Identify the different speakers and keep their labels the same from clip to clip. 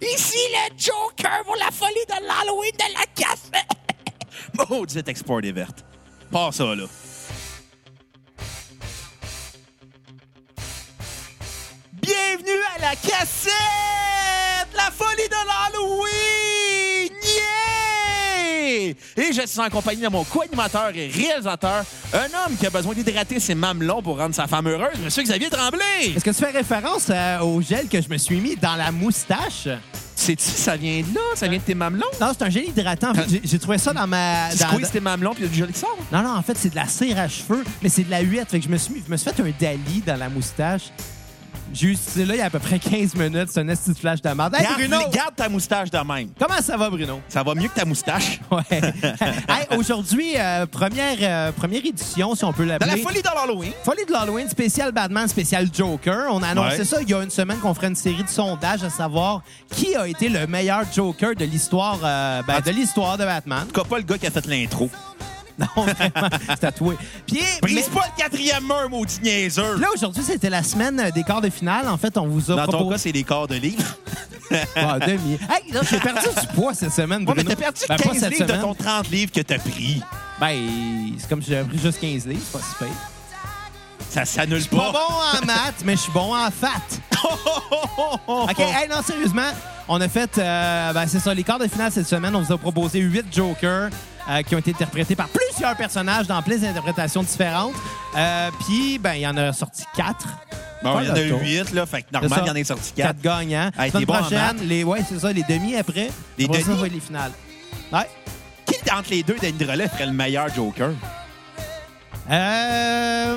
Speaker 1: Ici le Joker pour la folie de l'Halloween de la cassette. Maudite export des vertes. Pas ça, là. Bienvenue à la cassette! La folie de l'Halloween! Yeah! Et je suis en compagnie de mon co-animateur et réalisateur, un homme qui a besoin d'hydrater ses mamelons pour rendre sa femme heureuse, Monsieur Xavier Tremblay!
Speaker 2: Est-ce que tu fais référence euh, au gel que je me suis mis dans la moustache?
Speaker 1: Sais-tu, ça vient de là? Ça vient de tes mamelons?
Speaker 2: Non, c'est un gel hydratant. En fait, j'ai- J'ai trouvé ça dans ma.
Speaker 1: Tu
Speaker 2: dans-
Speaker 1: squeezes tes mamelons puis il y a du joli qui sort?
Speaker 2: Non, non, en fait, c'est de la cire à cheveux, mais c'est de la huette. Fait que je me suis, mis- je me suis fait un Dali dans la moustache. J'ai eu c'est là il y a à peu près 15 minutes. C'est un esti de flash de merde. Hey,
Speaker 1: Garde-
Speaker 2: Bruno!
Speaker 1: Garde ta moustache de même.
Speaker 2: Comment ça va, Bruno?
Speaker 1: Ça va mieux que ta moustache.
Speaker 2: Ouais. Hey, Aujourd'hui, euh, première, euh, première édition, si on peut
Speaker 1: Dans la
Speaker 2: l'appeler.
Speaker 1: folie de l'Halloween.
Speaker 2: Folie de l'Halloween, spécial Batman, spécial Joker. On a annoncé
Speaker 1: Ouais.
Speaker 2: ça il y a une semaine qu'on ferait une série de sondages à savoir qui a été le meilleur Joker de l'histoire euh, ben,
Speaker 1: Ah,
Speaker 2: de l'histoire de Batman.
Speaker 1: En tout cas, pas le gars qui a fait l'intro.
Speaker 2: Non, vraiment, c'est tatoué. Puis,
Speaker 1: Brise
Speaker 2: mais-
Speaker 1: pas le quatrième mur, maudit niaiseux.
Speaker 2: là, aujourd'hui, c'était la semaine euh, des quarts de finale. En fait, on vous a
Speaker 1: Dans ton cas,
Speaker 2: proposé...
Speaker 1: c'est des corps de livre.
Speaker 2: Ah, demi. Hey, là, j'ai perdu du poids cette semaine,
Speaker 1: Ouais, mais
Speaker 2: Bruno.
Speaker 1: t'as perdu
Speaker 2: Ben, pas
Speaker 1: 15
Speaker 2: cette
Speaker 1: livres de
Speaker 2: semaine.
Speaker 1: ton 30 livres que t'as pris.
Speaker 2: Ben, c'est comme si j'avais pris juste 15 livres, c'est pas si pire.
Speaker 1: Ça s'annule
Speaker 2: Pas
Speaker 1: pas.
Speaker 2: bon en maths, mais je suis bon en fat. OK,
Speaker 1: Oh.
Speaker 2: hey, non, sérieusement, on a fait, euh, ben, c'est ça, les quarts de finale cette semaine. On vous a proposé huit Jokers euh, qui ont été interprétés par plusieurs personnages dans plein d'interprétations différentes. Euh, Puis, ben, il y en a sorti quatre.
Speaker 1: Bon, il y en a
Speaker 2: Pas le tour.
Speaker 1: 8, là. Fait que
Speaker 2: C'est
Speaker 1: normal,
Speaker 2: ça.
Speaker 1: il y en a sorti 4.
Speaker 2: Quatre gagnants.
Speaker 1: Hey,
Speaker 2: Semaine
Speaker 1: t'es bon en
Speaker 2: prochaine,
Speaker 1: maths.
Speaker 2: les, ouais, c'est ça, les demi après.
Speaker 1: Les
Speaker 2: Après ça,
Speaker 1: demi?
Speaker 2: ça va être les finales. Ouais.
Speaker 1: Qui entre les deux, Danny Drolet, ferait le meilleur Joker?
Speaker 2: Euh,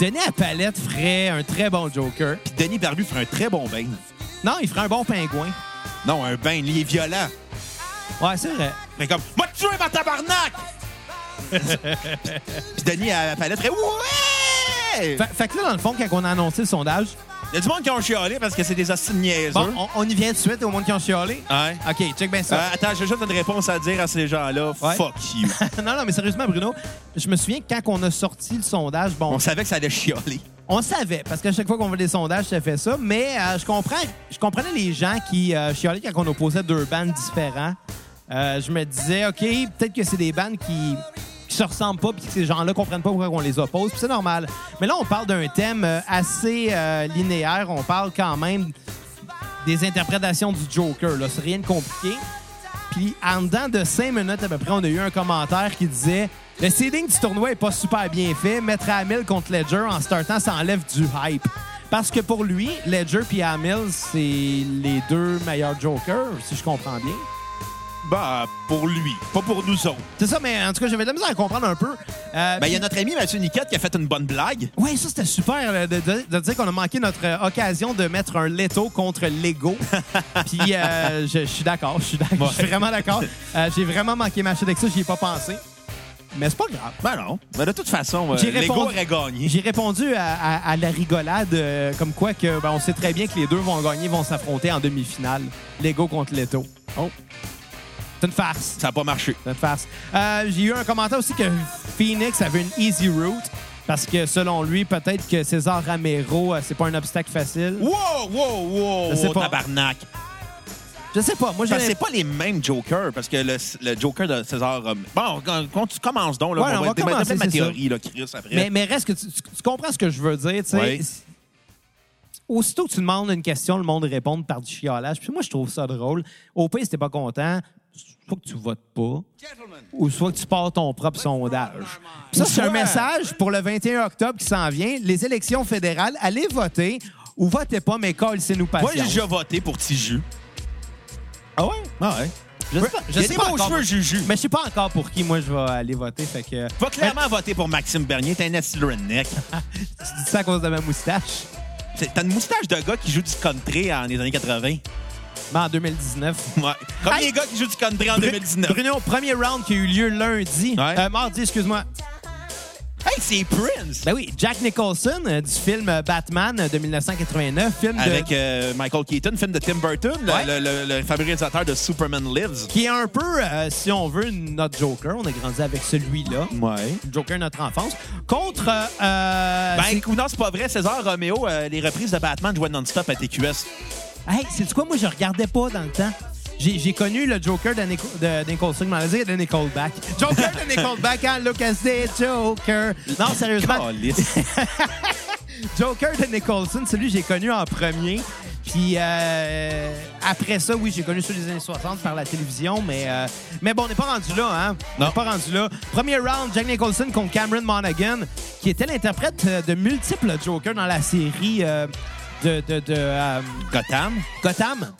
Speaker 2: Denis à Palette ferait un très bon Joker.
Speaker 1: Puis Denis Barbu ferait un très bon bain.
Speaker 2: Non, il ferait un bon pingouin.
Speaker 1: Non, un bain, il est violent.
Speaker 2: Ouais, c'est vrai.
Speaker 1: Fait comme, moi te tuer ma tabarnak! Puis Denis à la palette ferait, ouais!
Speaker 2: Fait, fait que là, dans le fond, quand on a annoncé le sondage,
Speaker 1: Il y a du monde qui ont chialé parce que c'est des hosties de niaiseux.
Speaker 2: Bon, on, on y vient tout de suite au monde qui ont chialé.
Speaker 1: Ouais.
Speaker 2: OK, check bien ça.
Speaker 1: Euh, attends, j'ai juste une réponse à dire à ces gens-là.
Speaker 2: Ouais.
Speaker 1: Fuck you.
Speaker 2: non, non, mais sérieusement, Bruno, je me souviens que quand on a sorti le sondage, bon,
Speaker 1: On savait que ça allait chialer.
Speaker 2: on savait, parce qu'à chaque fois qu'on fait des sondages, ça fait ça, mais euh, je, comprends, je comprenais les gens qui euh, chialaient quand on opposait deux bandes différents. Euh, je me disais, OK, peut-être que c'est des bandes qui qui se ressemblent pas, puis que ces gens-là comprennent pas pourquoi on les oppose, puis c'est normal. Mais là, on parle d'un thème euh, assez euh, linéaire, on parle quand même des interprétations du Joker, là, c'est rien de compliqué. Puis en dedans de cinq minutes à peu près, on a eu un commentaire qui disait Le seeding du tournoi est pas super bien fait. Mettre Hamill contre Ledger en startant, ça enlève du hype. Parce que pour lui, Ledger puis Hamill, c'est les deux meilleurs jokers, si je comprends bien.
Speaker 1: Bah, pour lui, pas pour nous autres.
Speaker 2: C'est ça, mais en tout cas, j'avais de la misère à comprendre un peu. Euh,
Speaker 1: Ben, il y a notre ami Mathieu Niquette qui a fait une bonne blague.
Speaker 2: Ouais, ça c'était super là, de, de- de dire qu'on a manqué notre euh, occasion de mettre un Leto contre Lego. Puis euh, je, je suis d'accord, je suis d'accord, je suis vraiment d'accord. Euh, j'ai vraiment manqué ma shot avec ça, j'y ai pas pensé. Mais c'est pas grave.
Speaker 1: Ben non. Ben de toute façon, euh,
Speaker 2: J'ai
Speaker 1: Lego
Speaker 2: répondu-
Speaker 1: aurait gagné.
Speaker 2: J'ai répondu à, à- à la rigolade euh, comme quoi que ben, on sait très bien que les deux vont gagner, vont s'affronter en demi-finale. Lego contre Leto. Oh. C'est une farce.
Speaker 1: Ça n'a pas marché.
Speaker 2: Notre farce. Euh, J'ai eu un commentaire aussi que Phoenix avait une easy route parce que selon lui, peut-être que César Ramero, euh, c'est pas un obstacle facile.
Speaker 1: Wow, wow, wow,
Speaker 2: Je sais
Speaker 1: wow,
Speaker 2: pas.
Speaker 1: tabarnak.
Speaker 2: Je sais pas. Moi, j'ai
Speaker 1: Parce que c'est pas les mêmes Jokers, parce que le, le Joker de César... euh, Bon, quand, quand tu commences donc, là,
Speaker 2: Ouais, on va
Speaker 1: débattre
Speaker 2: commencer,
Speaker 1: ma
Speaker 2: c'est
Speaker 1: théorie, là, Chris, après.
Speaker 2: mais, mais reste que tu, tu- tu comprends ce que je veux dire. tu sais.
Speaker 1: Oui.
Speaker 2: Aussitôt que tu demandes une question, le monde répond par du chiolage. Puis moi, je trouve ça drôle. Au pire, si t'es pas content, soit que tu votes pas, ou soit que tu pars ton propre sondage. Puis ça, c'est un
Speaker 1: Soit-
Speaker 2: message pour le 21 octobre qui s'en vient. Les élections fédérales, allez voter ou votez pas, mais c'est-nous
Speaker 1: Moi, j'ai
Speaker 2: patience.
Speaker 1: déjà voté pour Tiju.
Speaker 2: Ah ouais?
Speaker 1: Ah ouais?
Speaker 2: Je sais pas, je
Speaker 1: Il y a
Speaker 2: sais
Speaker 1: des
Speaker 2: pas
Speaker 1: beaux
Speaker 2: encore.
Speaker 1: cheveux, Juju.
Speaker 2: Mais je sais pas encore pour qui moi je vais aller voter. Fait que
Speaker 1: Va clairement voter pour Maxime Bernier. T'es un esti de redneck.
Speaker 2: tu dis ça à cause de ma moustache.
Speaker 1: C'est- T'as une moustache de gars qui joue du country en les années 80. Ouais.
Speaker 2: Mais en 2019.
Speaker 1: Comme
Speaker 2: Hey!
Speaker 1: les gars qui jouent du country en 2019.
Speaker 2: Bruno, premier round qui a eu lieu lundi.
Speaker 1: Ouais.
Speaker 2: Euh, mardi, excuse-moi.
Speaker 1: Hey, c'est Prince!
Speaker 2: Ben oui, Jack Nicholson euh, du film euh, Batman euh, de 1989, film de-
Speaker 1: Avec euh, Michael Keaton, film de Tim Burton, le-
Speaker 2: Ouais.
Speaker 1: le, le- le fabricateur de Superman Lives.
Speaker 2: qui est un peu, euh, si on veut, notre Joker. On a grandi avec celui-là.
Speaker 1: Ouais.
Speaker 2: Le Joker, notre enfance. Contre. euh, euh,
Speaker 1: Ben,
Speaker 2: c'est-
Speaker 1: écoute, non, c'est pas vrai. César Romeo, euh, les reprises de Batman jouaient non-stop à TQS.
Speaker 2: Hey, c'est quoi? Moi, je regardais pas dans le temps. J'ai j'ai connu le Joker de, Nico, de Nicholson. Je m'en allais dire de Nickelback. Joker de Nickelback, hein? Look at the Joker. Non, sérieusement,
Speaker 1: Caliste.
Speaker 2: Joker de Nicholson, celui que j'ai connu en premier. Puis euh, après ça, oui, j'ai connu ceux des années 60 par la télévision, mais, euh, mais bon, on n'est pas rendu là, hein? On
Speaker 1: Non.
Speaker 2: n'est pas rendu là. Premier round, Jack Nicholson contre Cameron Monaghan, qui était l'interprète euh, de multiples Jokers dans la série euh, de, de, de, euh,
Speaker 1: Gotham.
Speaker 2: Gotham.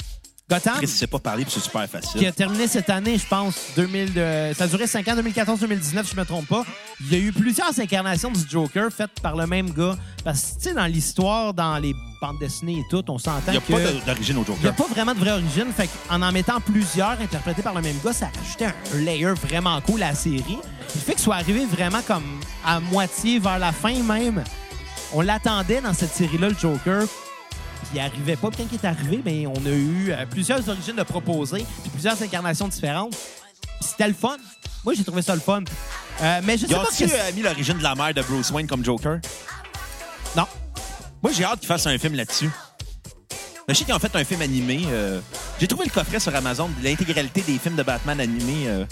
Speaker 2: Gotham,
Speaker 1: Chris, il sait pas parler, puis c'est super facile.
Speaker 2: qui a terminé cette année, je pense, 2000, euh, ça a duré 5 ans, 2014-2019, si je me trompe pas. Il y a eu plusieurs incarnations du Joker faites par le même gars. Parce que, tu sais, dans l'histoire, dans les bandes dessinées et tout, on s'entend
Speaker 1: Il n'y a
Speaker 2: que...
Speaker 1: pas de- d'origine au
Speaker 2: Il n'y a
Speaker 1: Joker.
Speaker 2: pas vraiment de vraie origine. Fait qu'en en mettant plusieurs interprétés par le même gars, ça ajoutait un layer vraiment cool à la série. Le fait que soit arrivé vraiment comme à moitié vers la fin même, on l'attendait dans cette série-là, le Joker. Puis il arrivait pas. Puis quand il est arrivé, mais on a eu euh, plusieurs origines de proposer, puis plusieurs incarnations différentes. Puis c'était le fun. Moi, j'ai trouvé ça le fun. Euh, mais je sais
Speaker 1: Ils
Speaker 2: pas
Speaker 1: ont-tu
Speaker 2: ce que...
Speaker 1: euh, mis l'origine de la mère de Bruce Wayne comme Joker? euh,
Speaker 2: Non.
Speaker 1: Moi, j'ai hâte qu'ils fassent un film là-dessus. Mais je sais qu'ils ont fait un film animé. euh, J'ai trouvé le coffret sur Amazon de l'intégralité des films de Batman animés, euh,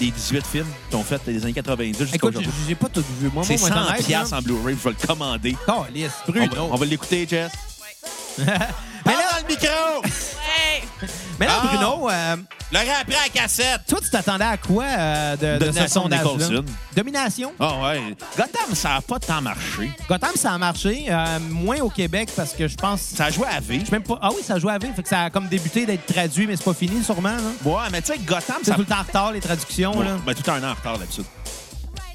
Speaker 1: des 18 films qu'ils ont fait des années 90 jusqu'à
Speaker 2: Écoute, j'ai-
Speaker 1: aujourd'hui.
Speaker 2: j'ai pas tout vu. Moi,
Speaker 1: C'est
Speaker 2: moi,
Speaker 1: 100
Speaker 2: moi, honnête,
Speaker 1: piastres
Speaker 2: là.
Speaker 1: en Blu-ray. Je vais le commander.
Speaker 2: Calisse,
Speaker 1: On
Speaker 2: Bruno.
Speaker 1: va, on va l'écouter, Jess.
Speaker 2: Mais
Speaker 1: Parle
Speaker 2: là,
Speaker 1: dans le micro!
Speaker 3: Ouais.
Speaker 2: mais là,
Speaker 1: Ah!
Speaker 2: Bruno... euh,
Speaker 1: Le rappel à la cassette!
Speaker 2: Toi, tu t'attendais à quoi euh, de, de ce
Speaker 1: Domination de
Speaker 2: sondage
Speaker 1: Nicholson.
Speaker 2: Domination.
Speaker 1: Ah ouais. Gotham, ça n'a pas tant marché.
Speaker 2: Gotham, ça a marché. euh, moins au Québec parce que je pense...
Speaker 1: Ça a joué à V.
Speaker 2: je sais même pas... Ah oui, ça joue à V. Fait que ça a comme débuté d'être traduit, mais c'est pas fini sûrement. là.
Speaker 1: Ouais, mais tu sais, Gotham,
Speaker 2: C'est
Speaker 1: ça...
Speaker 2: tout le temps en retard, les traductions. Là.
Speaker 1: Ben, tout un an en retard là-dessus.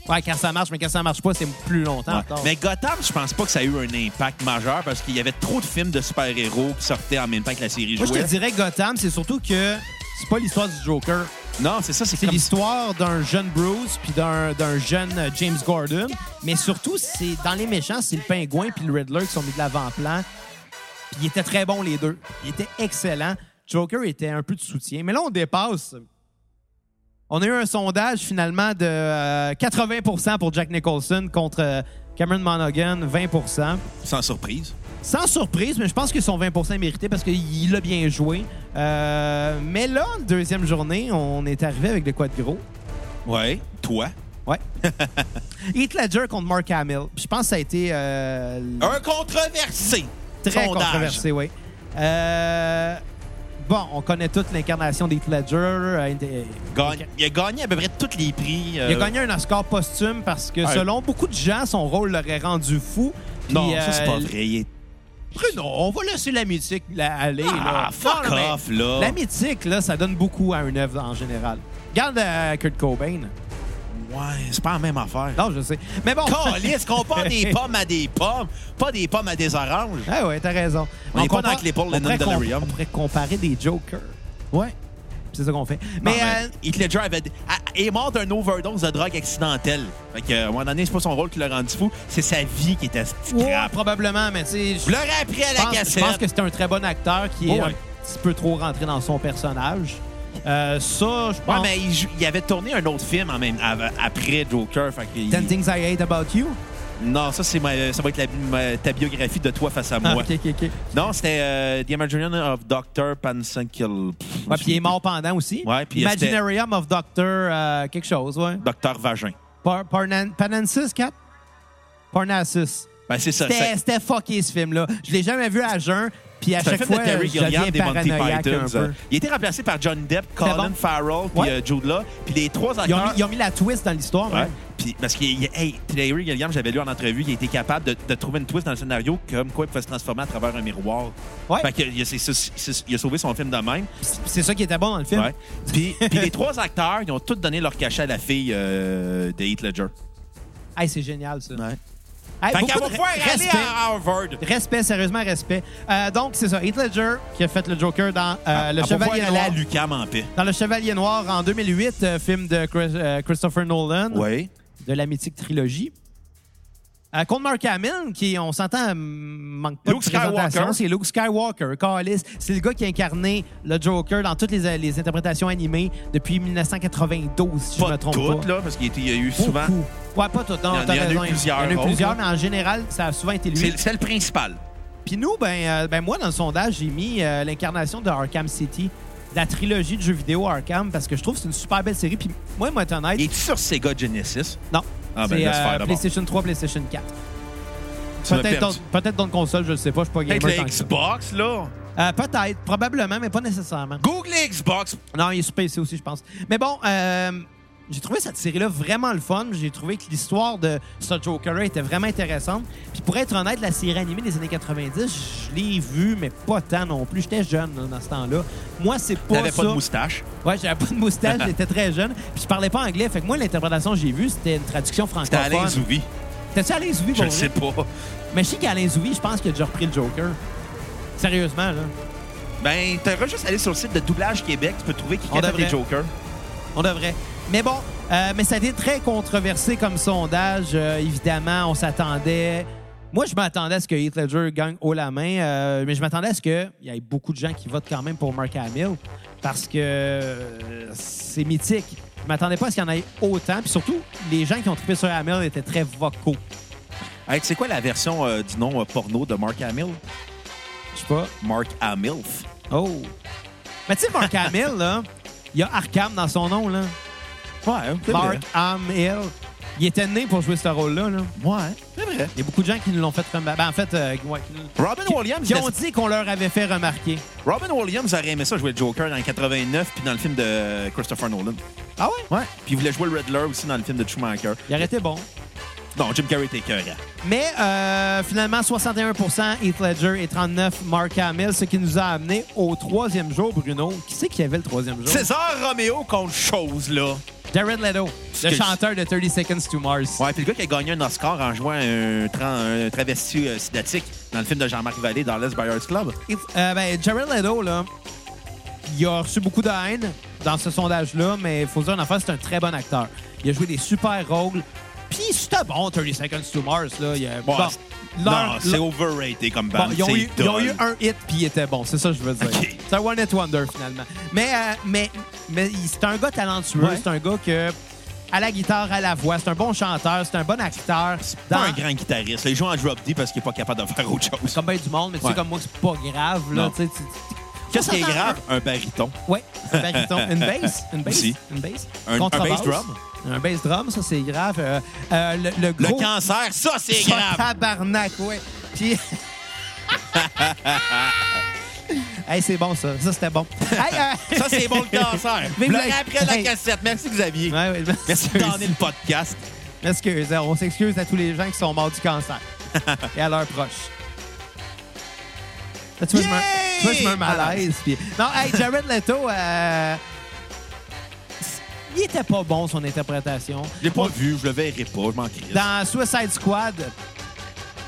Speaker 2: Ouais, quand ça marche, mais quand ça marche pas, c'est plus longtemps en
Speaker 1: Ouais.
Speaker 2: retard.
Speaker 1: Mais Gotham, je pense pas que ça a eu un impact majeur parce qu'il y avait trop de films de super-héros qui sortaient en même temps que la série
Speaker 2: Moi, je
Speaker 1: jouait.
Speaker 2: te dirais Gotham, c'est surtout que c'est pas l'histoire du Joker.
Speaker 1: Non, c'est ça, c'est
Speaker 2: C'est
Speaker 1: comme...
Speaker 2: l'histoire d'un jeune Bruce puis d'un d'un jeune euh, James Gordon. Mais surtout, c'est dans les méchants, c'est le pingouin puis le Riddler qui sont mis de l'avant-plan. Puis ils étaient très bons, les deux. Ils étaient excellents. Joker était un peu de soutien. Mais là, on dépasse. On a eu un sondage, finalement, de euh, 80 pour Jack Nicholson contre euh, Cameron Monaghan, 20
Speaker 1: Sans surprise.
Speaker 2: sans surprise, mais je pense que son 20 est mérité parce qu'il a bien joué. Euh, mais là, en deuxième journée, on est arrivé avec de quoi de gros.
Speaker 1: Ouais. Toi.
Speaker 2: Ouais. Heath Ledger contre Mark Hamill. Puis Je pense que ça a été euh,
Speaker 1: Un controversé.
Speaker 2: très
Speaker 1: sondage.
Speaker 2: controversé, oui. Euh, bon, on connaît toute l'incarnation d'Heath Ledger. Euh,
Speaker 1: Gagne- Il a gagné à peu près tous les prix. euh,
Speaker 2: Il a gagné un Oscar posthume parce que,
Speaker 1: Ouais.
Speaker 2: selon beaucoup de gens, son rôle l'aurait rendu fou. Puis,
Speaker 1: Non, ça, c'est
Speaker 2: euh,
Speaker 1: pas vrai. Il est-
Speaker 2: Bruno, on va laisser la mythique là, aller. là.
Speaker 1: Ah, fuck
Speaker 2: Non, mais
Speaker 1: off, là.
Speaker 2: La mythique, là, ça donne beaucoup à une œuvre en général. Regarde euh, Kurt Cobain.
Speaker 1: Ouais, c'est pas la même affaire.
Speaker 2: Non, je sais. Mais bon.
Speaker 1: Calisse, compare des pommes à des pommes, pas des pommes à des oranges.
Speaker 2: Ah ouais, t'as raison.
Speaker 1: On est pas
Speaker 2: compare-
Speaker 1: dans Claypool,
Speaker 2: on
Speaker 1: Lennon,
Speaker 2: pourrait com-
Speaker 1: Delirium.
Speaker 2: On pourrait comparer des Jokers. Ouais. Puis C'est ça qu'on fait. Mais, euh,
Speaker 1: Heath Ledger avait- ah, est mort d'un overdose de drogue accidentelle. Fait que, à un moment donné, c'est pas son rôle qui l'a rendu fou, c'est sa vie qui était
Speaker 2: euh, ouais,
Speaker 1: crap.
Speaker 2: probablement, mais tu sais,
Speaker 1: Je
Speaker 2: je
Speaker 1: l'aurais appris à la
Speaker 2: pense, je
Speaker 1: cassette.
Speaker 2: pense que c'est un très bon acteur qui est
Speaker 1: Oh, ouais.
Speaker 2: un petit peu trop rentré dans son personnage. Euh, ça, je
Speaker 1: Ouais,
Speaker 2: pense.
Speaker 1: mais il, jou- il avait tourné un autre film en même, av- après Joker. Fait que il-
Speaker 2: Ten Things I Hate About You.
Speaker 1: non, ça, c'est ma- ça va être la bi- ma- ta biographie de toi face à
Speaker 2: Ah,
Speaker 1: moi.
Speaker 2: ok, ok, ok.
Speaker 1: Non, c'était euh, The Imaginarium of Dr. Pansenkill. Pff,
Speaker 2: Ouais, puis il est mort pendant aussi.
Speaker 1: Ouais, puis
Speaker 2: Imaginarium of Doctor euh, quelque chose, ouais.
Speaker 1: Dr. Vagin.
Speaker 2: Par Parnan- Parnassus, Cap? Parnassus.
Speaker 1: Ben, c'est ça.
Speaker 2: C'était
Speaker 1: ça-
Speaker 2: c'était fucké, ce film-là. Je l'ai jamais vu à jeun, puis à
Speaker 1: C'est un
Speaker 2: chaque
Speaker 1: film
Speaker 2: fois,
Speaker 1: de
Speaker 2: je
Speaker 1: Terry Gilliam
Speaker 2: deviens
Speaker 1: des Monty
Speaker 2: paranoïaque un
Speaker 1: Pythons. hein.
Speaker 2: peu.
Speaker 1: Il a été remplacé par John Depp,
Speaker 2: C'était
Speaker 1: Colin
Speaker 2: bon.
Speaker 1: Farrell, puis
Speaker 2: Ouais.
Speaker 1: euh, Jude Law. Puis les trois
Speaker 2: Ils ont,
Speaker 1: acteurs...
Speaker 2: mis, ils ont mis la twist dans l'histoire.
Speaker 1: Ouais.
Speaker 2: hein.
Speaker 1: Puis, parce que hey, Terry Gilliam, j'avais lu en entrevue, il était capable de, de trouver une twist dans le scénario comme quoi il pouvait se transformer à travers un miroir.
Speaker 2: Ouais.
Speaker 1: Fait que, il, a, c'est- c'est- c'est- il a sauvé son film de même.
Speaker 2: C'est ça qui était bon dans le film.
Speaker 1: Ouais. Puis, puis les trois acteurs, ils ont tous donné leur cachet à la fille euh, de Heath Ledger.
Speaker 2: Hey, c'est génial, ça.
Speaker 1: Ouais.
Speaker 2: Hey,
Speaker 1: Fait
Speaker 2: beaucoup
Speaker 1: qu'elle va
Speaker 2: de
Speaker 1: pouvoir
Speaker 2: re-
Speaker 1: aller
Speaker 2: respect.
Speaker 1: à Harvard.
Speaker 2: Respect, sérieusement, respect. Euh, donc, c'est ça. Heath Ledger qui a fait le Joker dans euh,
Speaker 1: Elle
Speaker 2: Le
Speaker 1: va pouvoir
Speaker 2: Chevalier
Speaker 1: aller
Speaker 2: Noir.
Speaker 1: Ah, à l'UQAM en paix.
Speaker 2: Dans Le Chevalier Noir en 2008, euh, film de Chris- euh, Christopher Nolan.
Speaker 1: Oui.
Speaker 2: de la mythique trilogie. Euh, contre Mark Hamill, qui, on s'entend, hum, manque pas
Speaker 1: Luke
Speaker 2: de présentation.
Speaker 1: Skywalker.
Speaker 2: C'est Luke Skywalker, Callis. C'est le gars qui a incarné le Joker dans toutes les, les interprétations animées depuis 1992, si je
Speaker 1: Pas
Speaker 2: me trompe
Speaker 1: toutes,
Speaker 2: pas.
Speaker 1: là, parce qu'il était- il y a eu souvent.
Speaker 2: Beaucoup. Ouais, pas toutes, non,
Speaker 1: Il y en-
Speaker 2: t'as
Speaker 1: il y en a eu
Speaker 2: raison.
Speaker 1: plusieurs
Speaker 2: Il y en a eu
Speaker 1: autres, là.
Speaker 2: plusieurs, mais en général, ça a souvent été lui.
Speaker 1: C'est c'est le principal.
Speaker 2: Puis nous, ben, euh, ben moi, dans le sondage, j'ai mis euh, l'incarnation de Arkham City, de la trilogie de jeux vidéo Arkham, parce que je trouve que c'est une super belle série. Puis moi, moi, être honnête,
Speaker 1: Il est sur Sega Genesis.
Speaker 2: non.
Speaker 1: Ah, ben,
Speaker 2: c'est euh,
Speaker 1: laisse faire d'abord.
Speaker 2: PlayStation 3, PlayStation 4.
Speaker 1: Tu m'as perdu.
Speaker 2: Peut-être d'autres- peut-être d'autres consoles, je ne sais pas, je suis pas gamer.
Speaker 1: Peut-être
Speaker 2: tant
Speaker 1: la
Speaker 2: que ça.
Speaker 1: Xbox, là.
Speaker 2: Euh, peut-être, probablement, mais pas nécessairement.
Speaker 1: Google Xbox.
Speaker 2: Non, il est sur PC aussi, je pense. Mais bon, euh, j'ai trouvé cette série-là vraiment le fun. J'ai trouvé que l'histoire de ce Joker-là était vraiment intéressante. Puis pour être honnête, la série animée des années 90, je l'ai vue, mais pas tant non plus. J'étais jeune là, dans ce temps-là. Moi, c'est pas
Speaker 1: T'avais
Speaker 2: ça.
Speaker 1: pas de moustache.
Speaker 2: ouais, j'avais pas de moustache, j'étais très jeune. Puis je parlais pas anglais. Fait que moi, l'interprétation que j'ai vue, c'était une traduction
Speaker 1: T'es Alain
Speaker 2: francophone.
Speaker 1: Zouvi.
Speaker 2: T'as-tu Alain Zouvi,
Speaker 1: Je
Speaker 2: pour
Speaker 1: le sais
Speaker 2: vrai?
Speaker 1: pas.
Speaker 2: Mais je sais qu'Alain Zouvi, je pense qu'il a déjà repris le Joker. Sérieusement, là.
Speaker 1: Ben, t'auras juste à aller sur le site de Doublage Québec. Tu peux trouver qui
Speaker 2: On
Speaker 1: cadavre
Speaker 2: devrait.
Speaker 1: les Jokers.
Speaker 2: On devrait. Mais bon, euh, mais ça a été très controversé comme sondage. Euh, évidemment, on s'attendait. Moi, je m'attendais à ce que Heath Ledger gagne haut la main, euh, mais je m'attendais à ce qu'il y ait beaucoup de gens qui votent quand même pour Mark Hamill parce que euh, c'est mythique. Je m'attendais pas à ce qu'il y en ait autant. Puis surtout, les gens qui ont trouvé sur Hamill étaient très vocaux.
Speaker 1: Hey, tu sais quoi la version euh, du nom euh, porno de Mark Hamill?
Speaker 2: Je sais pas.
Speaker 1: Mark Hamilf.
Speaker 2: Oh. Mais tu sais, Mark Hamill, là, il y a Arkham dans son nom, là.
Speaker 1: Ouais, c'est vrai.
Speaker 2: Mark Hamill. Il était né pour jouer ce rôle-là, là.
Speaker 1: Ouais, c'est vrai.
Speaker 2: Il y a beaucoup de gens qui nous l'ont fait remarquer. Ben, en fait, euh, ouais, qui nous-
Speaker 1: Robin
Speaker 2: qui-
Speaker 1: Williams,
Speaker 2: Qui
Speaker 1: il
Speaker 2: ont
Speaker 1: a-
Speaker 2: dit qu'on leur avait fait remarquer.
Speaker 1: Robin Williams aurait aimé ça jouer le Joker dans le 89 puis dans le film de Christopher Nolan.
Speaker 2: Ah ouais?
Speaker 1: Ouais. Puis il voulait jouer le Riddler aussi dans le film de Schumacher.
Speaker 2: Il aurait été bon.
Speaker 1: Non, Jim Carrey était écœurant.
Speaker 2: Mais euh, finalement, 61 Heath Ledger et 39 Mark Hamill, ce qui nous a amené au troisième jour, Bruno. Qui c'est qui avait le troisième jour?
Speaker 1: César Romeo contre chose, là.
Speaker 2: Jared Leto,
Speaker 1: C'est
Speaker 2: le
Speaker 1: que-
Speaker 2: chanteur de 30 Seconds to Mars.
Speaker 1: Ouais, puis le gars qui a gagné un Oscar en jouant un, tra- un travesti euh, sidatique dans le film de Jean-Marc Vallée dans Les Buyers Club.
Speaker 2: Heath- euh, ben, Jared Leto, là, il a reçu beaucoup de haine dans ce sondage-là, mais il faut dire, en fait, c'est un très bon acteur. Il a joué des super rôles. Puis c'était bon, 30 Seconds to Mars. Là, il a...
Speaker 1: Bon,
Speaker 2: Bon,
Speaker 1: c'est-
Speaker 2: leur-
Speaker 1: non, c'est overrated comme
Speaker 2: Bon,
Speaker 1: band.
Speaker 2: ils, ont
Speaker 1: c'est
Speaker 2: eu, ils ont
Speaker 1: dull.
Speaker 2: eu un hit puis il était bon, c'est ça que je veux dire.
Speaker 1: Ok.
Speaker 2: C'est un one hit wonder finalement. Mais euh, mais mais il- c'est un gars talentueux,
Speaker 1: Ouais.
Speaker 2: c'est un gars que à la guitare, à la voix, c'est un bon chanteur, c'est un bon acteur.
Speaker 1: Pas
Speaker 2: Dans-
Speaker 1: un grand guitariste. Il joue en drop D parce qu'il est pas capable de faire autre chose.
Speaker 2: comme bien du monde, mais tu
Speaker 1: Ouais.
Speaker 2: sais comme moi c'est pas grave là,
Speaker 1: Non.
Speaker 2: tu sais, tu- tu-
Speaker 1: Qu'est-ce qui est
Speaker 2: On s'entend-
Speaker 1: grave? Un baryton.
Speaker 2: Ouais, un baryton, une bass, une bass,
Speaker 1: Si.
Speaker 2: une bass,
Speaker 1: Un- un
Speaker 2: contrebasse.
Speaker 1: bass drum.
Speaker 2: Un bass drum, ça c'est grave. Euh, euh, le, le
Speaker 1: Le
Speaker 2: gros
Speaker 1: cancer, ça, c'est
Speaker 2: Ça,
Speaker 1: grave.
Speaker 2: Tabarnak, ouais. Puis. hey, c'est bon, ça. Ça, c'était bon. Hey, euh,
Speaker 1: Ça, c'est bon, le cancer.
Speaker 2: Vive
Speaker 1: Le
Speaker 2: la-
Speaker 1: après la
Speaker 2: Hey.
Speaker 1: cassette. Merci, Xavier.
Speaker 2: ouais, ouais,
Speaker 1: Merci de donner le podcast.
Speaker 2: Excuse, on s'excuse à tous les gens qui sont morts du cancer et à leurs proches. Là, tu vois, je me-
Speaker 1: Yay!
Speaker 2: tu vois, je me malaise. puis- Non, hey, Jared Leto, euh, il était pas bon, son interprétation.
Speaker 1: Je l'ai pas vu, je le verrai pas, je m'en crie.
Speaker 2: Dans Suicide Squad,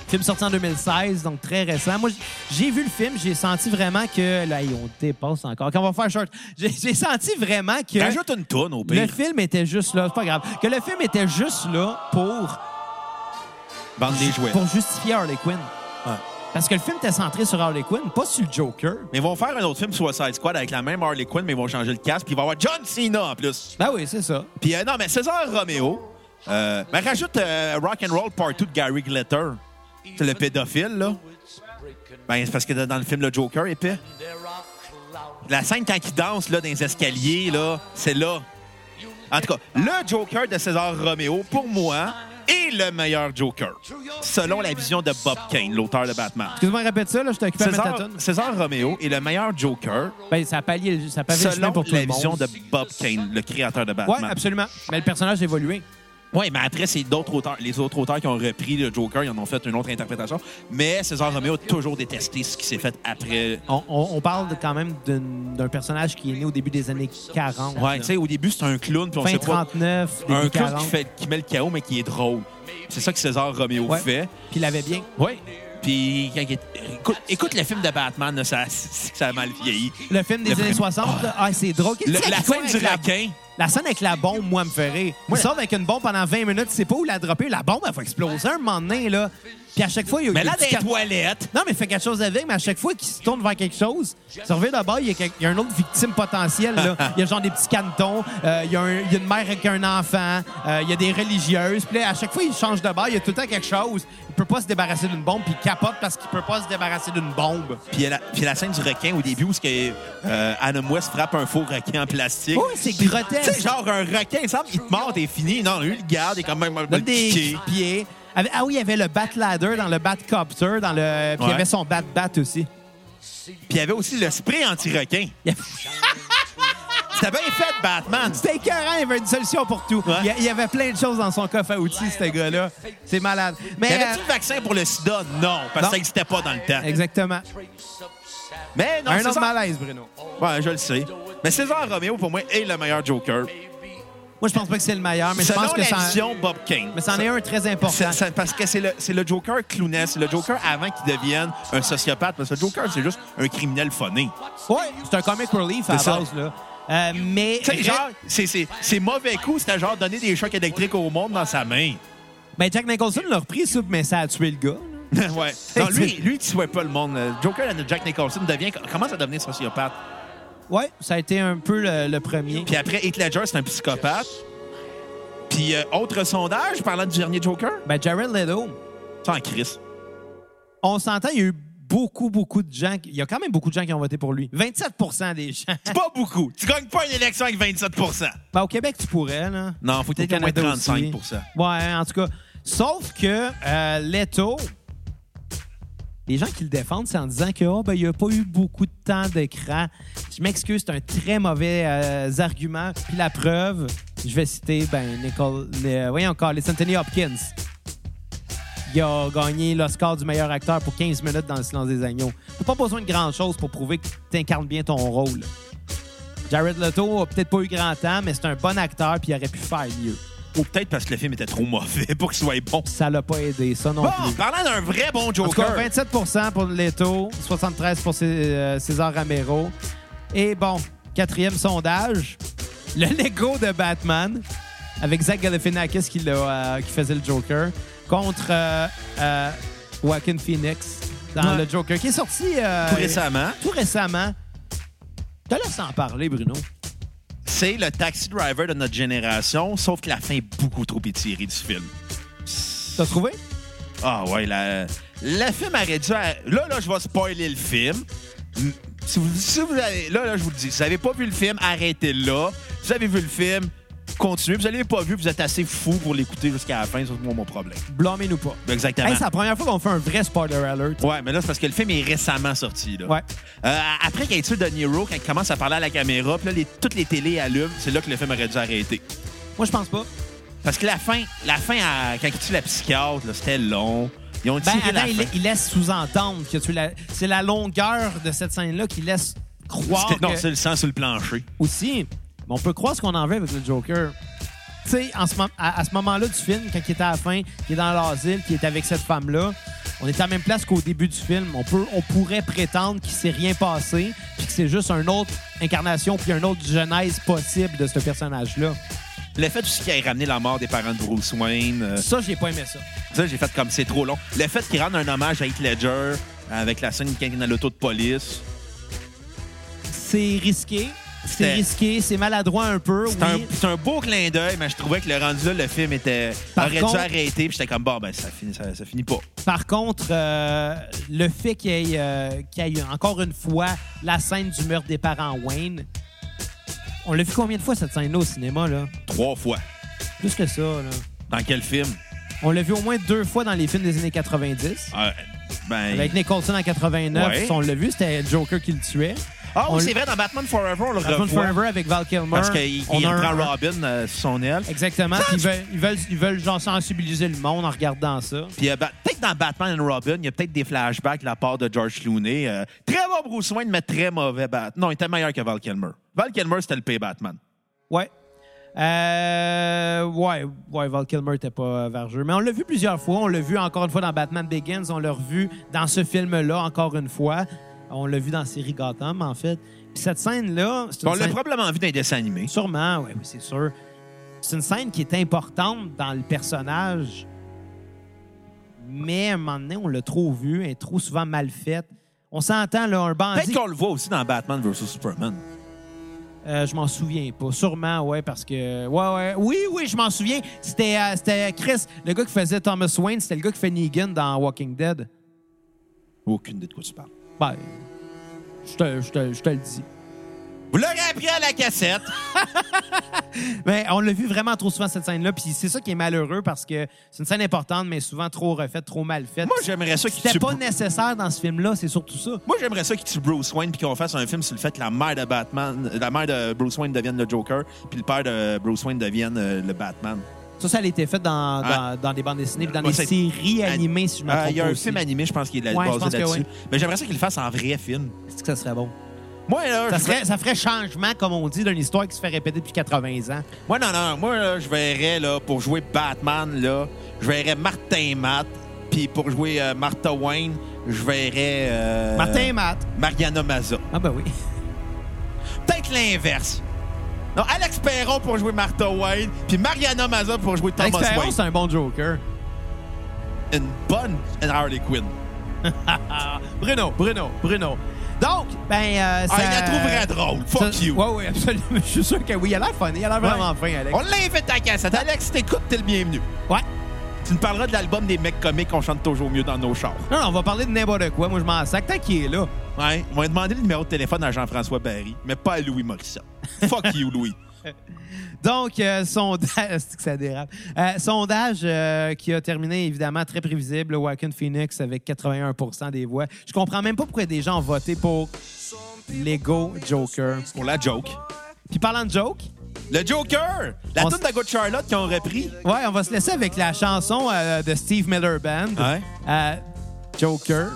Speaker 2: film sorti en 2016, donc très récent. Moi, j- j'ai vu le film, j'ai senti vraiment que... Là, hey, on dépasse encore. Quand on va faire short, j'ai j'ai senti vraiment que...
Speaker 1: Rajoute une tonne au
Speaker 2: Le
Speaker 1: pire.
Speaker 2: film était juste là, c'est pas grave. Que le film était juste là pour,
Speaker 1: Bande des jouets.
Speaker 2: pour justifier Harley Quinn. Parce que le film était centré sur Harley Quinn, pas sur le Joker.
Speaker 1: Mais ils vont faire un autre film Suicide Squad avec la même Harley Quinn, mais ils vont changer le casque, puis il va y avoir John Cena en plus.
Speaker 2: Ben oui, c'est ça.
Speaker 1: Puis euh, non, mais César Romeo. Euh, mais rajoute euh, Rock and Roll Part 2 de Gary Glitter. C'est le pédophile, là. Ben, c'est parce que dans le film, le Joker épais. La scène quand il danse là, dans les escaliers, là, c'est là. En tout cas, le Joker de César Romeo, pour moi, est le meilleur Joker, selon la vision de Bob Kane, l'auteur de Batman.
Speaker 2: Excuse-moi, répète ça, là, je t'occupe à mettre ta
Speaker 1: César,
Speaker 2: toune.
Speaker 1: César Romeo est le meilleur Joker,
Speaker 2: Ben, ça a pallié, ça a pavé le chemin
Speaker 1: selon
Speaker 2: pour tout
Speaker 1: la
Speaker 2: le monde.
Speaker 1: vision de Bob Kane, le créateur de Batman.
Speaker 2: Ouais, absolument. Mais le personnage a évolué.
Speaker 1: Oui, mais après, c'est d'autres auteurs. Les autres auteurs qui ont repris le Joker, ils en ont fait une autre interprétation. Mais César Romeo a toujours détesté ce qui s'est fait après.
Speaker 2: On, on- on parle de- quand même d'une- d'un personnage qui est né au début des années 40.
Speaker 1: Ouais, tu sais, au début, c'est un clown, puis on
Speaker 2: fin
Speaker 1: sait pas.
Speaker 2: 39, début
Speaker 1: Un clown
Speaker 2: 40.
Speaker 1: qui, fait, qui met le chaos, mais qui est drôle. C'est ça que César Romeo
Speaker 2: Ouais.
Speaker 1: fait.
Speaker 2: Puis il l'avait bien.
Speaker 1: Oui. Puis, quand il est- écoute, écoute le film de Batman, là, ça, ça a mal vieilli.
Speaker 2: Le film des
Speaker 1: Le
Speaker 2: années
Speaker 1: film.
Speaker 2: 60, là, ah, c'est drôle. Qu'est-ce
Speaker 1: Le-
Speaker 2: qu'il y a
Speaker 1: la
Speaker 2: qui joue
Speaker 1: scène
Speaker 2: avec
Speaker 1: du
Speaker 2: la-
Speaker 1: requin,
Speaker 2: La scène avec la bombe, moi, me fait rire. Ils
Speaker 1: Ouais.
Speaker 2: sortent avec une bombe pendant 20 minutes, tu sais pas où la dropper. La bombe, elle va exploser un moment donné, là. Puis à chaque fois, il y a
Speaker 1: Mais
Speaker 2: il y a
Speaker 1: là,
Speaker 2: du
Speaker 1: des
Speaker 2: cap-
Speaker 1: toilettes.
Speaker 2: Non, mais fait quelque chose avec, mais à chaque fois qu'il se tourne vers quelque chose, se revient d'abord, il y, a quel- il y a une autre victime potentielle. Là. Il y a genre des petits canetons, euh, il, y a un- il y a une mère avec un enfant, euh, il y a des religieuses. Puis là, à chaque fois, il change de bord, il y a tout le temps quelque chose. Il peut pas se débarrasser d'une bombe, puis il capote parce qu'il peut pas se débarrasser d'une bombe.
Speaker 1: Puis il y a la, puis il y a la scène du requin au début où ce que, euh, Adam West frappe un faux requin en plastique.
Speaker 2: Oui, c'est
Speaker 1: Tu sais,
Speaker 2: grotesque.
Speaker 1: genre un requin, il semble qu'il te mord, t'es fini. Non, lui, il le garde, il est quand même un peu
Speaker 2: Donne des
Speaker 1: piqué.
Speaker 2: coups de pied. Avec- Ah oui, il y avait le bat ladder dans le bat copter, dans le... puis il y
Speaker 1: Ouais.
Speaker 2: avait son bat bat aussi.
Speaker 1: Puis il y avait aussi le spray anti-requin.
Speaker 2: Il y avait-
Speaker 1: C'était bien fait, Batman.
Speaker 2: C'était écœurant, il y avait une solution pour tout.
Speaker 1: Ouais.
Speaker 2: Il y a- Il y avait plein de choses dans son coffre à outils, ce gars-là. C'est malade. Mais
Speaker 1: Y avait-tu
Speaker 2: euh,
Speaker 1: le vaccin pour le sida? Non, parce
Speaker 2: Non.
Speaker 1: que ça n'existait pas dans le temps.
Speaker 2: Exactement.
Speaker 1: Mais non,
Speaker 2: un
Speaker 1: c'est
Speaker 2: autre
Speaker 1: ça.
Speaker 2: malaise, Bruno.
Speaker 1: Ouais, je le sais. Mais César Romeo, pour moi, est le meilleur Joker.
Speaker 2: Moi, je pense pas que c'est le meilleur, mais je
Speaker 1: Selon
Speaker 2: pense que
Speaker 1: la
Speaker 2: ça en...
Speaker 1: vision Bob Kane.
Speaker 2: Mais c'en est un très important.
Speaker 1: C'est- c'est- parce que c'est le, c'est le Joker clownesque, c'est le Joker avant qu'il devienne un sociopathe. Parce que le Joker, c'est juste un criminel phoné.
Speaker 2: Ouais, c'est un comic relief à la
Speaker 1: C'est ça.
Speaker 2: base, là. Euh, mais
Speaker 1: Tu sais, genre, c'est- c'est c'est mauvais coup, c'était genre donner des chocs électriques au monde dans sa main.
Speaker 2: Ben, Jack Nicholson l'a repris, ça, mais ça a tué le gars. là.
Speaker 1: ouais. Non, lui, lui, tu souhaites pas le monde. Le Joker, là, de Jack Nicholson, devient, commence à devenir sociopathe.
Speaker 2: Ouais, ça a été un peu le, le premier.
Speaker 1: Puis après, Heath Ledger, c'est un psychopathe. Puis euh, autre sondage, parlant du dernier Joker,
Speaker 2: Ben, Jared Leto,
Speaker 1: sans Chris.
Speaker 2: on s'entend, il y a eu beaucoup, beaucoup de gens... qui- Il y a quand même beaucoup de gens qui ont voté pour lui. 27 des gens.
Speaker 1: C'est pas beaucoup. Tu gagnes pas une élection avec 27
Speaker 2: Ben, au Québec, tu pourrais, là.
Speaker 1: Non, faut
Speaker 2: Au
Speaker 1: peut-être au moins
Speaker 2: Canada
Speaker 1: 35
Speaker 2: aussi. Ouais, en tout cas. Sauf que euh, Leto, les gens qui le défendent, c'est en disant que oh, ben, il n'y a pas eu beaucoup de temps d'écran. Je m'excuse, c'est un très mauvais euh, argument. Puis la preuve, je vais citer ben, Nicole, euh, voyons encore, les Anthony Hopkins. Il a gagné l'Oscar du meilleur acteur pour 15 minutes dans Le silence des agneaux. T'as pas besoin de grand-chose pour prouver que tu incarnes bien ton rôle. Jared Leto a peut-être pas eu grand temps, mais c'est un bon acteur puis il aurait pu faire mieux.
Speaker 1: Ou peut-être parce que le film était trop mauvais pour qu'il soit bon.
Speaker 2: Ça l'a pas aidé, ça non
Speaker 1: Bon,
Speaker 2: plus.
Speaker 1: parlant d'un vrai bon
Speaker 2: En tout cas,
Speaker 1: Joker.
Speaker 2: 27 pour Leto, 73 pour Cé- euh, César Romero. Et bon, quatrième sondage, le Lego de Batman avec Zach Galifianakis qui, l'a, euh, qui faisait le Joker contre euh, euh, Joaquin Phoenix dans
Speaker 1: Ouais.
Speaker 2: le Joker qui est sorti euh,
Speaker 1: Tout récemment,
Speaker 2: Tout récemment. Je te laisse en parler, Bruno.
Speaker 1: c'est le taxi driver de notre génération, sauf que la fin est beaucoup trop étirée du film.
Speaker 2: T'as trouvé?
Speaker 1: Ah ouais, la, le film aurait dû... Là, là, je vais spoiler le film. M- Si vous, si vous avez- là, là, je vous le dis, si vous n'avez pas vu le film, arrêtez là. Si vous avez vu le film, continuez. Si vous l'avez pas vu, vous êtes assez fou pour l'écouter jusqu'à la fin. C'est moi mon problème.
Speaker 2: Blâmez-nous pas.
Speaker 1: Exactement.
Speaker 2: Hey, c'est la première fois qu'on fait un vrai spoiler alert.
Speaker 1: Ouais, mais là, c'est parce que le film est récemment sorti. Là.
Speaker 2: Ouais.
Speaker 1: Euh, après qu'elle ait tué De Niro, quand il commence à parler à la caméra, puis là, les- toutes les télés allument, c'est là que le film aurait dû arrêter.
Speaker 2: Moi, je pense pas.
Speaker 1: Parce que la fin, la fin à- quand il tue la psychiatre, là, c'était long. Ils ont
Speaker 2: Ben,
Speaker 1: tiré
Speaker 2: attends,
Speaker 1: la
Speaker 2: il,
Speaker 1: fin.
Speaker 2: la- il laisse sous-entendre que tu la... c'est la longueur de cette scène-là qui laisse croire
Speaker 1: C'était- Non,
Speaker 2: que-
Speaker 1: c'est le sang sur le plancher.
Speaker 2: aussi. mais on peut croire ce qu'on en veut avec le Joker. Tu sais, en ce mom- à, à ce moment-là du film, quand il était à la fin, qui est dans l'asile, qui est avec cette femme-là, on est à la même place qu'au début du film. On, peut, on pourrait prétendre qu'il s'est rien passé, puis que c'est juste une autre incarnation, puis une autre genèse possible de ce personnage-là.
Speaker 1: Le fait aussi qu'il ait ramené la mort des parents de Bruce Wayne, euh,
Speaker 2: Ça, j'ai pas aimé ça.
Speaker 1: ça, j'ai fait comme c'est trop long. Le fait qu'il rende un hommage à Heath Ledger avec la scène quand il est dans l'auto de police,
Speaker 2: C'est risqué. C'est
Speaker 1: C'était-
Speaker 2: risqué, c'est maladroit un peu.
Speaker 1: c'est un,
Speaker 2: oui.
Speaker 1: c'est un beau clin d'œil, mais je trouvais que le rendu là, le film était,
Speaker 2: Par
Speaker 1: aurait
Speaker 2: contre-
Speaker 1: dû arrêter, puis j'étais comme, bon, ben, ça finit, ça- ça finit pas.
Speaker 2: Par contre, euh, le fait qu'il y, ait, euh, qu'il y ait encore une fois la scène du meurtre des parents Wayne, on l'a vu combien de fois cette scène-là au cinéma? là
Speaker 1: Trois fois.
Speaker 2: Plus que ça. Là.
Speaker 1: Dans quel film?
Speaker 2: On l'a vu au moins deux fois dans les films des années 90.
Speaker 1: Euh, ben...
Speaker 2: Avec Nicholson en 89,
Speaker 1: Ouais.
Speaker 2: on l'a vu, c'était le Joker qui le tuait.
Speaker 1: Ah
Speaker 2: on
Speaker 1: oui,
Speaker 2: l-
Speaker 1: c'est vrai, dans Batman Forever, on le
Speaker 2: Batman
Speaker 1: revoit.
Speaker 2: Forever avec Val Kilmer.
Speaker 1: Parce qu'il
Speaker 2: on
Speaker 1: il
Speaker 2: a un-
Speaker 1: prend Robin euh, sous son aile.
Speaker 2: Exactement. puis Ils veulent, ils, veulent, ils veulent genre sensibiliser le monde en regardant ça.
Speaker 1: Puis euh, Ba- peut-être dans Batman and Robin, il y a peut-être des flashbacks de la part de George Clooney. Euh, très bon Bruce Wayne, mais très mauvais Batman. Non, il était meilleur que Val Kilmer. Val Kilmer, c'était le pay Batman.
Speaker 2: Ouais. Euh, ouais, ouais, Val Kilmer était pas euh, vergeux. Mais on l'a vu plusieurs fois. On l'a vu encore une fois dans Batman Begins. On l'a revu dans ce film-là encore une fois. On l'a vu dans la série Gotham, en fait. Puis cette scène-là, c'est une
Speaker 1: On l'a
Speaker 2: scène-
Speaker 1: probablement vu dans les dessins animés.
Speaker 2: Sûrement, oui, oui, c'est sûr. C'est une scène qui est importante dans le personnage, mais à un moment donné, on l'a trop vu, elle est trop souvent mal faite. On s'entend, là, un bandit...
Speaker 1: Peut-être qu'on le voit aussi dans Batman vs Superman.
Speaker 2: Euh, je m'en souviens pas. Sûrement, ouais, parce que. Ouais, ouais. Oui, oui, je m'en souviens. C'était euh, c'était Chris, le gars qui faisait Thomas Wayne, c'était le gars qui fait Negan dans Walking Dead.
Speaker 1: Aucune idée de quoi tu parles.
Speaker 2: Ben, je te, je te, je te le dis.
Speaker 1: Vous l'aurez appris à la cassette.
Speaker 2: Mais on l'a vu vraiment trop souvent, cette scène-là. Puis c'est ça qui est malheureux parce que c'est une scène importante, mais souvent trop refaite, trop mal faite.
Speaker 1: Moi, j'aimerais ça qu'il
Speaker 2: C'était
Speaker 1: tue.
Speaker 2: pas nécessaire dans ce film-là, c'est surtout ça.
Speaker 1: Moi, j'aimerais ça qu'il tue Bruce Wayne puis qu'on fasse un film sur le fait que la mère de Batman, la mère de Bruce Wayne devienne le Joker, puis le père de Bruce Wayne devienne euh, le Batman.
Speaker 2: Ça, ça a été fait dans, dans,
Speaker 1: Ah.
Speaker 2: dans des bandes dessinées, puis dans
Speaker 1: Moi,
Speaker 2: des
Speaker 1: c'est-
Speaker 2: séries animées, si je me
Speaker 1: Euh,
Speaker 2: trompe
Speaker 1: Il y a
Speaker 2: pas
Speaker 1: un
Speaker 2: aussi.
Speaker 1: film animé, je pense, qui est
Speaker 2: Ouais, je
Speaker 1: basé
Speaker 2: pense que
Speaker 1: là-dessus.
Speaker 2: oui.
Speaker 1: Mais j'aimerais ça qu'il le fasse en vrai film.
Speaker 2: Est-ce que ça serait bon?
Speaker 1: Moi, là,
Speaker 2: Ça
Speaker 1: je-
Speaker 2: ferait, ça ferait changement, comme on dit, d'une histoire qui se fait répéter depuis 80 ans.
Speaker 1: moi, non, non, moi, là, je verrais, là, pour jouer Batman, là, je verrais Martin Matt, puis pour jouer euh, Martha Wayne, je verrais... euh,
Speaker 2: Martin et Matt.
Speaker 1: Mariana Maza.
Speaker 2: Ah ben oui.
Speaker 1: Peut-être l'inverse. Non, Alex Perron pour jouer Martha Wayne, puis Mariana Maza pour jouer Thomas Wayne.
Speaker 2: L'expérience, c'est un bon Joker.
Speaker 1: Une bonne Harley Quinn. Ah,
Speaker 2: Bruno, Bruno, Bruno. Donc, ben... Euh, ça...
Speaker 1: Ah, il la trouverait drôle. Fuck
Speaker 2: ça-
Speaker 1: you.
Speaker 2: Ouais, ouais, absolument. Je suis sûr que oui. Il a l'air fun. Il a l'air vraiment fin, Alex.
Speaker 1: On l'invite à la cassette. Alex, t'écoutes, t'es le bienvenu.
Speaker 2: Ouais.
Speaker 1: Tu nous parleras de l'album des mecs comiques qu'on chante toujours mieux dans nos chars.
Speaker 2: Non, non, on va parler de n'importe quoi. Moi, je m'en sac. Tant qu'il est là.
Speaker 1: Ouais. On va demander le numéro de téléphone à Jean-François Barry, mais pas à Louis Morissette. Fuck you, Louis.
Speaker 2: Donc, euh, sondage, c'est que ça dérape. Euh, sondage euh, qui a terminé, évidemment, très prévisible. Wacken Phoenix avec 81 des voix. Je comprends même pas pourquoi des gens ont voté pour Lego Joker.
Speaker 1: Pour la joke.
Speaker 2: Puis parlant de joke,
Speaker 1: Le Joker! La
Speaker 2: On
Speaker 1: toune de la Good Charlotte qu'ils ont repris.
Speaker 2: ouais, on va se laisser avec la chanson euh, de Steve Miller Band,
Speaker 1: Ouais.
Speaker 2: euh, Joker,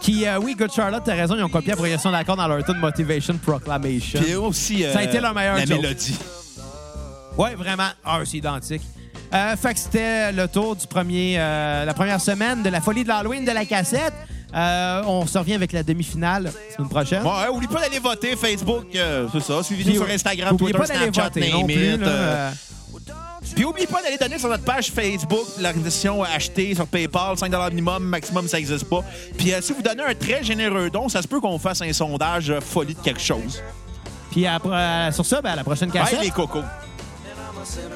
Speaker 2: qui, euh, oui, Good Charlotte, t'as raison, ils ont copié la progression d'accords dans leur tune Motivation Proclamation.
Speaker 1: Puis aussi. euh,
Speaker 2: Ça a été leur meilleur
Speaker 1: La
Speaker 2: joke.
Speaker 1: mélodie.
Speaker 2: Ouais, vraiment. Ah, c'est identique. Euh, fait que c'était le tour du premier, euh, la première semaine de la folie de l'Halloween de la cassette. Euh, on se revient avec la demi-finale la semaine prochaine.
Speaker 1: Bon, hein, oublie pas d'aller voter Facebook, euh, c'est ça. Suivez-nous
Speaker 2: Puis,
Speaker 1: sur Instagram,
Speaker 2: oubliez
Speaker 1: Twitter,
Speaker 2: pas d'aller
Speaker 1: Snapchat,
Speaker 2: voter non
Speaker 1: name
Speaker 2: plus,
Speaker 1: it,
Speaker 2: là,
Speaker 1: euh,
Speaker 2: euh,
Speaker 1: Puis oublie pas d'aller donner sur notre page Facebook l'organisation à acheter sur PayPal, 5 minimum, maximum, ça n'existe pas. Puis euh, si vous donnez un très généreux don, ça se peut qu'on fasse un sondage euh, folie de quelque chose.
Speaker 2: Puis après, euh, sur ça, ben, à la prochaine cassette.
Speaker 1: Bye les cocos.
Speaker 3: I'm a sinner.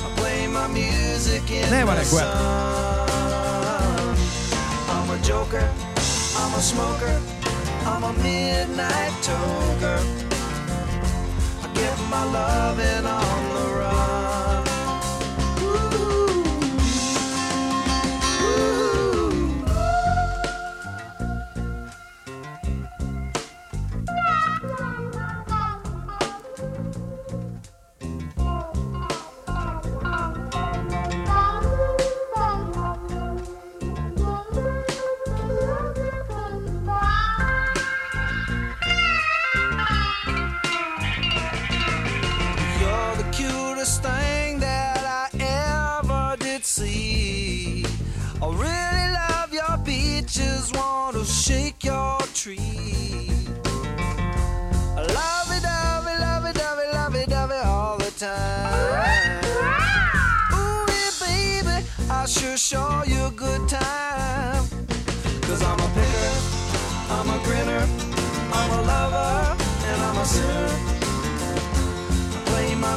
Speaker 3: I play my music in
Speaker 2: Eh,
Speaker 3: the
Speaker 2: voilà quoi.
Speaker 3: sun. I'm a joker. I'm a smoker. I'm a midnight toker. I give my loving on the run. Ooh. Ooh. You're the cutest thing that I ever did see. I really love your beaches, want to shake your tree. I love it, love it, love it, love it, love it, love it all the time. Ooh, yeah, baby, I sure show you a good time. Cause I'm a picker, I'm a grinner, I'm a lover, and I'm a sinner play my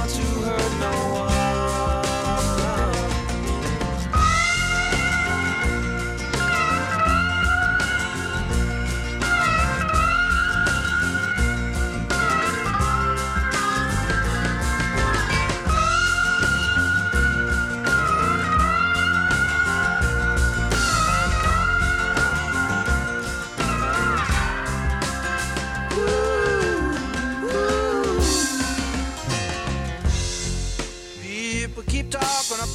Speaker 3: to hurt no one. Ooh.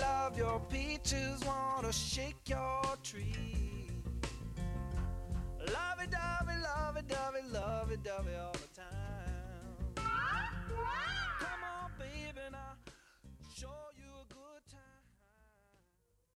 Speaker 3: love your peaches, wanna shake your tree. Lovey dovey, lovey dovey, lovey dovey all the time. Come on.